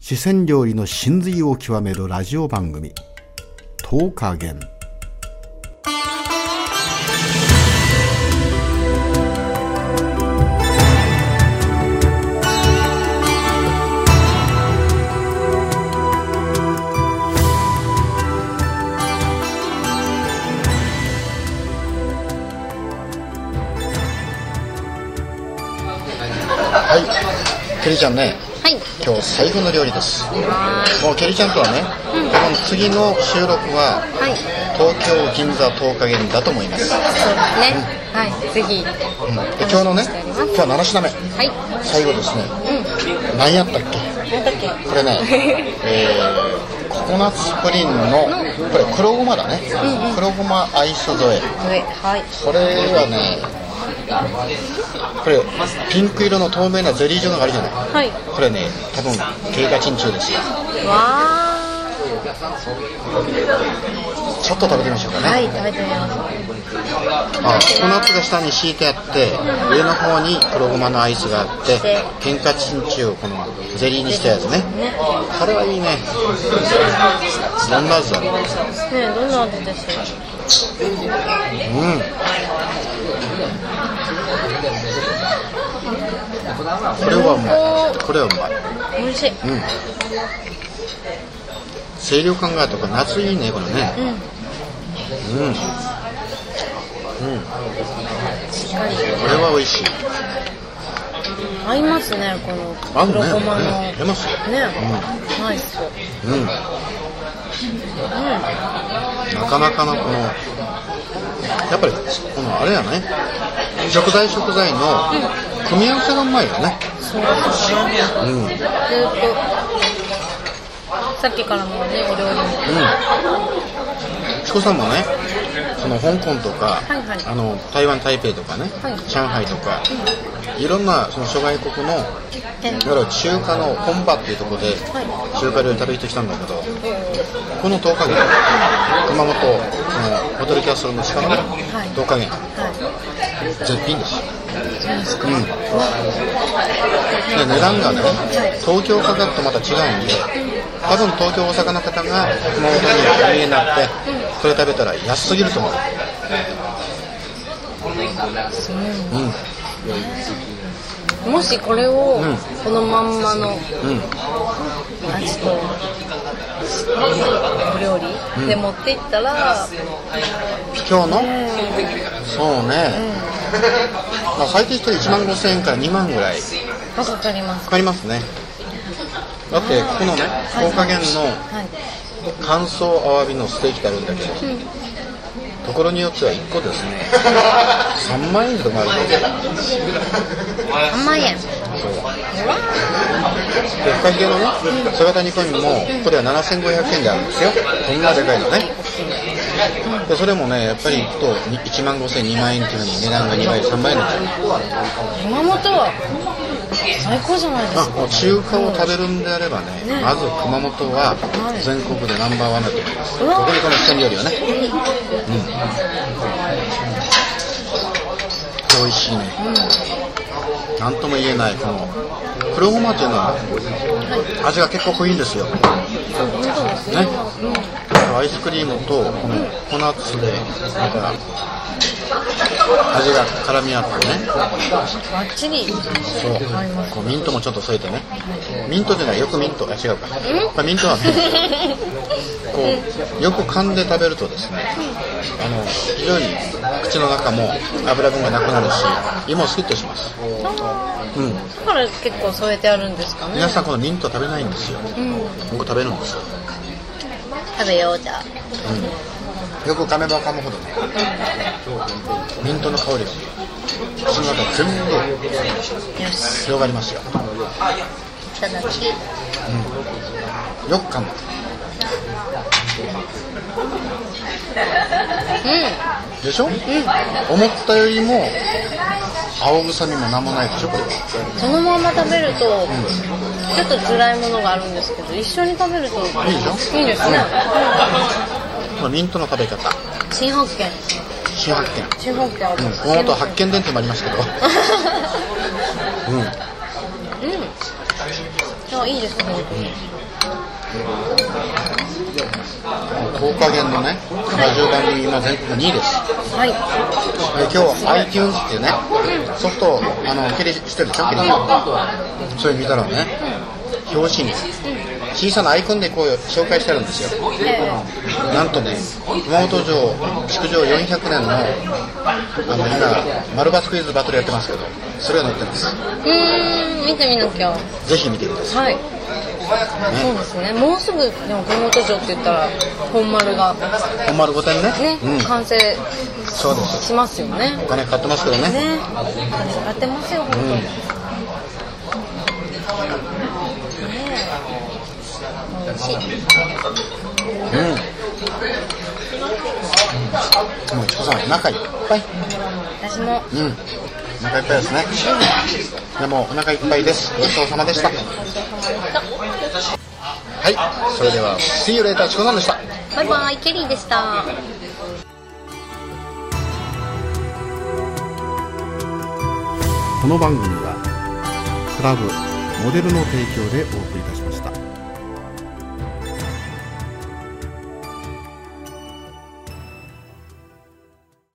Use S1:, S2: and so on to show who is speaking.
S1: 四川料理の真髄を極めるラジオ番組「10日元」
S2: はいケリちゃんね
S3: はい。
S2: 今日最後の料理です
S3: は
S2: もうケリちゃんとはね、この次の収録は
S3: ーい。はい。
S2: 東京銀座10日限だと思います、
S3: そうですね。はい。ぜひ。
S2: うんで今日のね今日7品目
S3: はい。
S2: 最後ですね、何やったっけ
S3: なんだっけ。
S2: これね、 えーココナッツプリンのこれ黒ごまだね、黒ごまアイス添え
S3: 上。はい。
S2: これはねこれピンク色の透明なゼリー状のがあるじゃない
S3: はい。
S2: これね多分経過鎮中ですよ
S3: わ
S2: ちょっと食べてみましょうか
S3: ー。
S2: ね、
S3: はい。食べてみます。
S2: あココナッツが下に敷いてあって上の方に黒ごまのアイスがあって
S3: で
S2: 喧嘩珍中をこのゼリーにしたやつね
S3: ね。
S2: これはいいねどんな味だろう
S3: ねえ、どんな味でしょ。
S2: うんこれはうまいこれはうまいう
S3: 美味しい。
S2: うん清涼感があるとか夏いいねこれね
S3: うん。
S2: うんうんこれは美味しい
S3: 合いますね。この
S2: 合うね
S3: 黒ごまの。
S2: うん合いますよ
S3: ね。ナイス。
S2: うん
S3: う
S2: なかなかのこのやっぱりこのあれやね食材食材の組み合わせがうまいよね
S3: ん。そうですね。
S2: うんうん
S3: ずーっと。さっきからもね、お料理も。
S2: チコさんもねその香港とか、
S3: はいはい
S2: あの台湾台北とかね、
S3: はい
S2: 上海とか、いろんなその諸外国のいわ
S3: で。
S2: ゆる中華の本場っていうところで
S3: はい。
S2: 中華料理食べてきたんだけど
S3: うんは
S2: この10日間熊本そのホテルキャッスルの近くの
S3: い
S2: 10日間絶品です
S3: い。ですか。
S2: うん、で値段がね、東京価格とまた違うんで、多分東京、大阪の方が熊本にお見えになって、それ食べたら安すぎると思う。うん
S3: もしこれ
S2: う
S3: を
S2: ん
S3: このまんまの
S2: うん
S3: 味とお料理で持っていったら、
S2: 今日のそうね、まあ、最低して1万5000円から2万ぐらい
S3: わかかります
S2: か。かりますねだってここのね高加減の
S3: はい。
S2: 乾燥アワビのステーキってあるんだけど、ところによっては1個ですね3万円とかあるんですよ
S3: 3万円。
S2: そうでフカヒレのね姿煮込みもこれは7500円であるんですよこんなでかいのねでそれもねやっぱり行くと1万5000 2万円っていうふうに値段が2倍3倍になっちゃう
S3: 熊本は最高じゃないで
S2: まあ
S3: すか。
S2: もう中華を食べるんであればね
S3: ね
S2: まず熊本は全国でナンバーワンだと思います特にこの四川料理はねうん美味しいね、なんとも言えないこの黒ごまっていうのは味が結構濃いんですよね
S3: 本当ですね。
S2: アイスクリームとこのココナッツでなんか味が絡み合ってね
S3: バッチリ。
S2: そうこうミントもちょっと添えてねミントじゃないよくミントあ違うかまあミントはミントこうよく噛んで食べるとですねあの非常に口の中も脂分がなくなるし胃もスッとします、うん、
S3: だから結構添えてあるんですかね
S2: 皆。さんこのミント食べないんですよ
S3: うん。
S2: 僕食べるんですよ、
S3: 食べようじゃあ。
S2: うん、よく噛めば噛むほどねミントの香りが口の中全部
S3: よし。
S2: 広がりますよ
S3: いただき。
S2: よく噛む
S3: う
S2: でしょ、思ったよりも青臭みもなんもないでしょこれは
S3: ん。そのまま食べると、ちょっと辛いものがあるんですけど、一緒に食べると
S2: いいでしょ
S3: いいですね。
S2: このミントの食べ方
S3: 新発見。
S2: 新発見
S3: 新発見ある。
S2: うんこの後発見伝ってもありますけどうん
S3: うん。じゃあいいですね
S2: 高加減のね、ラジオ番組今全国2位です。
S3: はい
S2: で今日は iTunes っていうね、ソフトをあの切りしてるでしょ、切りそれ見たらね、表紙に小さなアイコンでこう紹介してあるんですよ。
S3: え
S2: なんとね、熊本城、築城400年の、あの今、丸バスクイズバトルやってますけど、それが載ってます。
S3: ー、うーん見てみなきゃ
S2: ぜひ見てください。
S3: はいそうですねもうすぐでも熊本城って言ったら本丸が
S2: 本丸御殿ね。
S3: ね、
S2: うん。
S3: 完成
S2: そうです。
S3: しますよね
S2: お金買ってますけどね。
S3: ねやってますよ本当に、ねえ美味しい
S2: うん。もう、チコさん、中いっぱい。
S3: 私も
S2: うん。お腹いっぱいですね。でも、お腹いっぱいです。ごちそうさまでした。はい。それでは、See you later、チコさんでした。
S3: バイバイケリーでした
S1: この番組はクラブモデルの提供でお送りいたしました。